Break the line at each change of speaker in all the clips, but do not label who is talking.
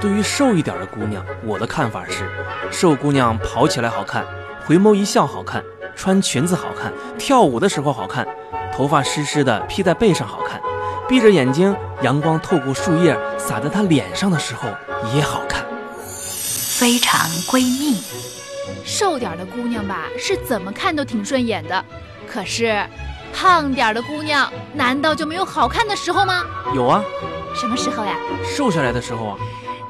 对于瘦一点的姑娘，我的看法是，瘦姑娘跑起来好看，回眸一笑好看，穿裙子好看，跳舞的时候好看，头发湿湿的披在背上好看，闭着眼睛，阳光透过树叶洒在她脸上的时候也好看。
非常闺蜜，
瘦点儿的姑娘吧，是怎么看都挺顺眼的。可是，胖点儿的姑娘难道就没有好看的时候吗？
有啊，
什么时候呀？
瘦下来的时候啊，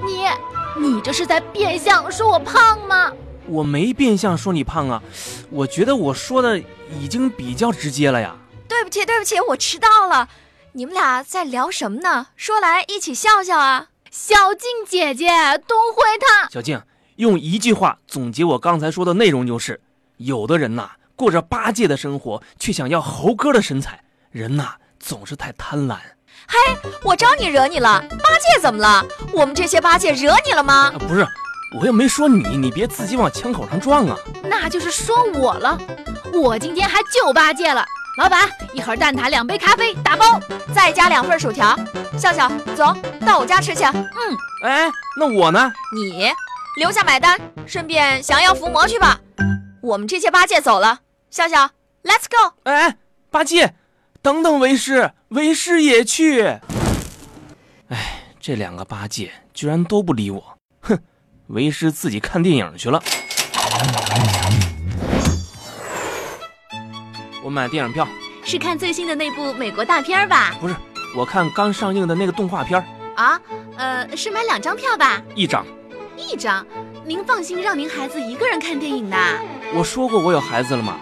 你，你这是在变相说我胖吗？
我没变相说你胖啊，我觉得我说的已经比较直接了呀。
对不起，对不起，我迟到了。你们俩在聊
嗯
什么呢？说来一起笑笑啊！
小静姐姐，都会她。
小静，用一句话总结我刚才说的内容就是：有的人呐、过着八戒的生活，却想要猴哥的身材。人呐、总是太贪婪。
我招你惹你了？八戒怎么了？我们这些八戒惹你了吗
啊，？不是，我又没说你，你别自己往枪口上撞啊！
那就是说我了。我今天还就八戒了。老板，一盒蛋挞，两杯咖啡，打包。
再加两份薯条。笑笑，走到我家吃去。
哎，那我呢？
你留下买单，顺便降妖伏魔去吧。我们这些八戒走了，笑笑，Let's go。
哎，八戒，等等为师，为师也去。哎，这两个八戒居然都不理我，哼，为师自己看电影去了。我买电影票，
是看最新的那部美国大片儿吧？
不是，我看刚上映的那个动画片儿，
啊，呃，是买两张票吧？
一张。
一张，您放心让您孩子一个人看电影呢。
我说过我有孩子了吗？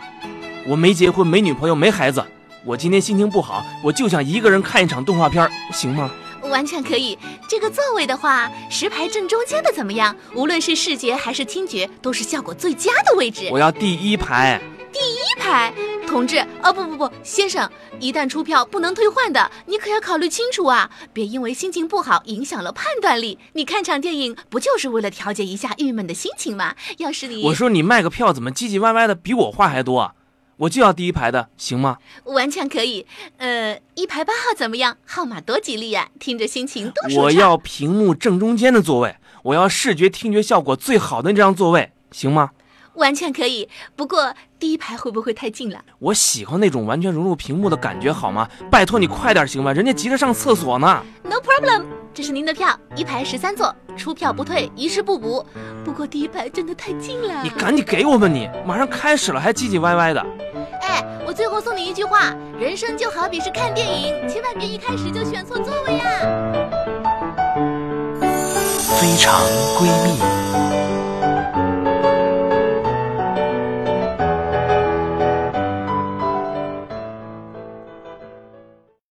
我没结婚，没女朋友，没孩子。我今天心情不好，我就想一个人看一场动画片儿，行吗？
完全可以。这个座位的话，十排正中间的怎么样？无论是视觉还是听觉，都是效果最佳的位置。
我要第一排。
一排，同志，哦不不不，先生，一旦出票不能退换的，你可要考虑清楚啊！别因为心情不好影响了判断力。你看场电影不就是为了调节一下郁闷的心情吗？要是你
我说你卖个票怎么唧唧歪歪的，比我话还多啊？我就要第一排的，行吗？
完全可以，呃，一排八号怎么样？号码多吉利呀、听着心情多舒畅。
我要屏幕正中间的座位，我要视觉听觉效果最好的那张座位，行吗？
完全可以，不过第一排会不会太近了？
我喜欢那种完全融入屏幕的感觉，好吗？拜托你快点行吗？人家急着上厕所呢。
No problem，这是您的票，一排十三座，出票不退，一事不补。不过第一排真的太近了。
你赶紧给我吧你，马上开始了还唧唧歪歪的。
哎，我最后送你一句话：人生就好比是看电影，千万别一开始啊就选错座位呀、
非常闺蜜。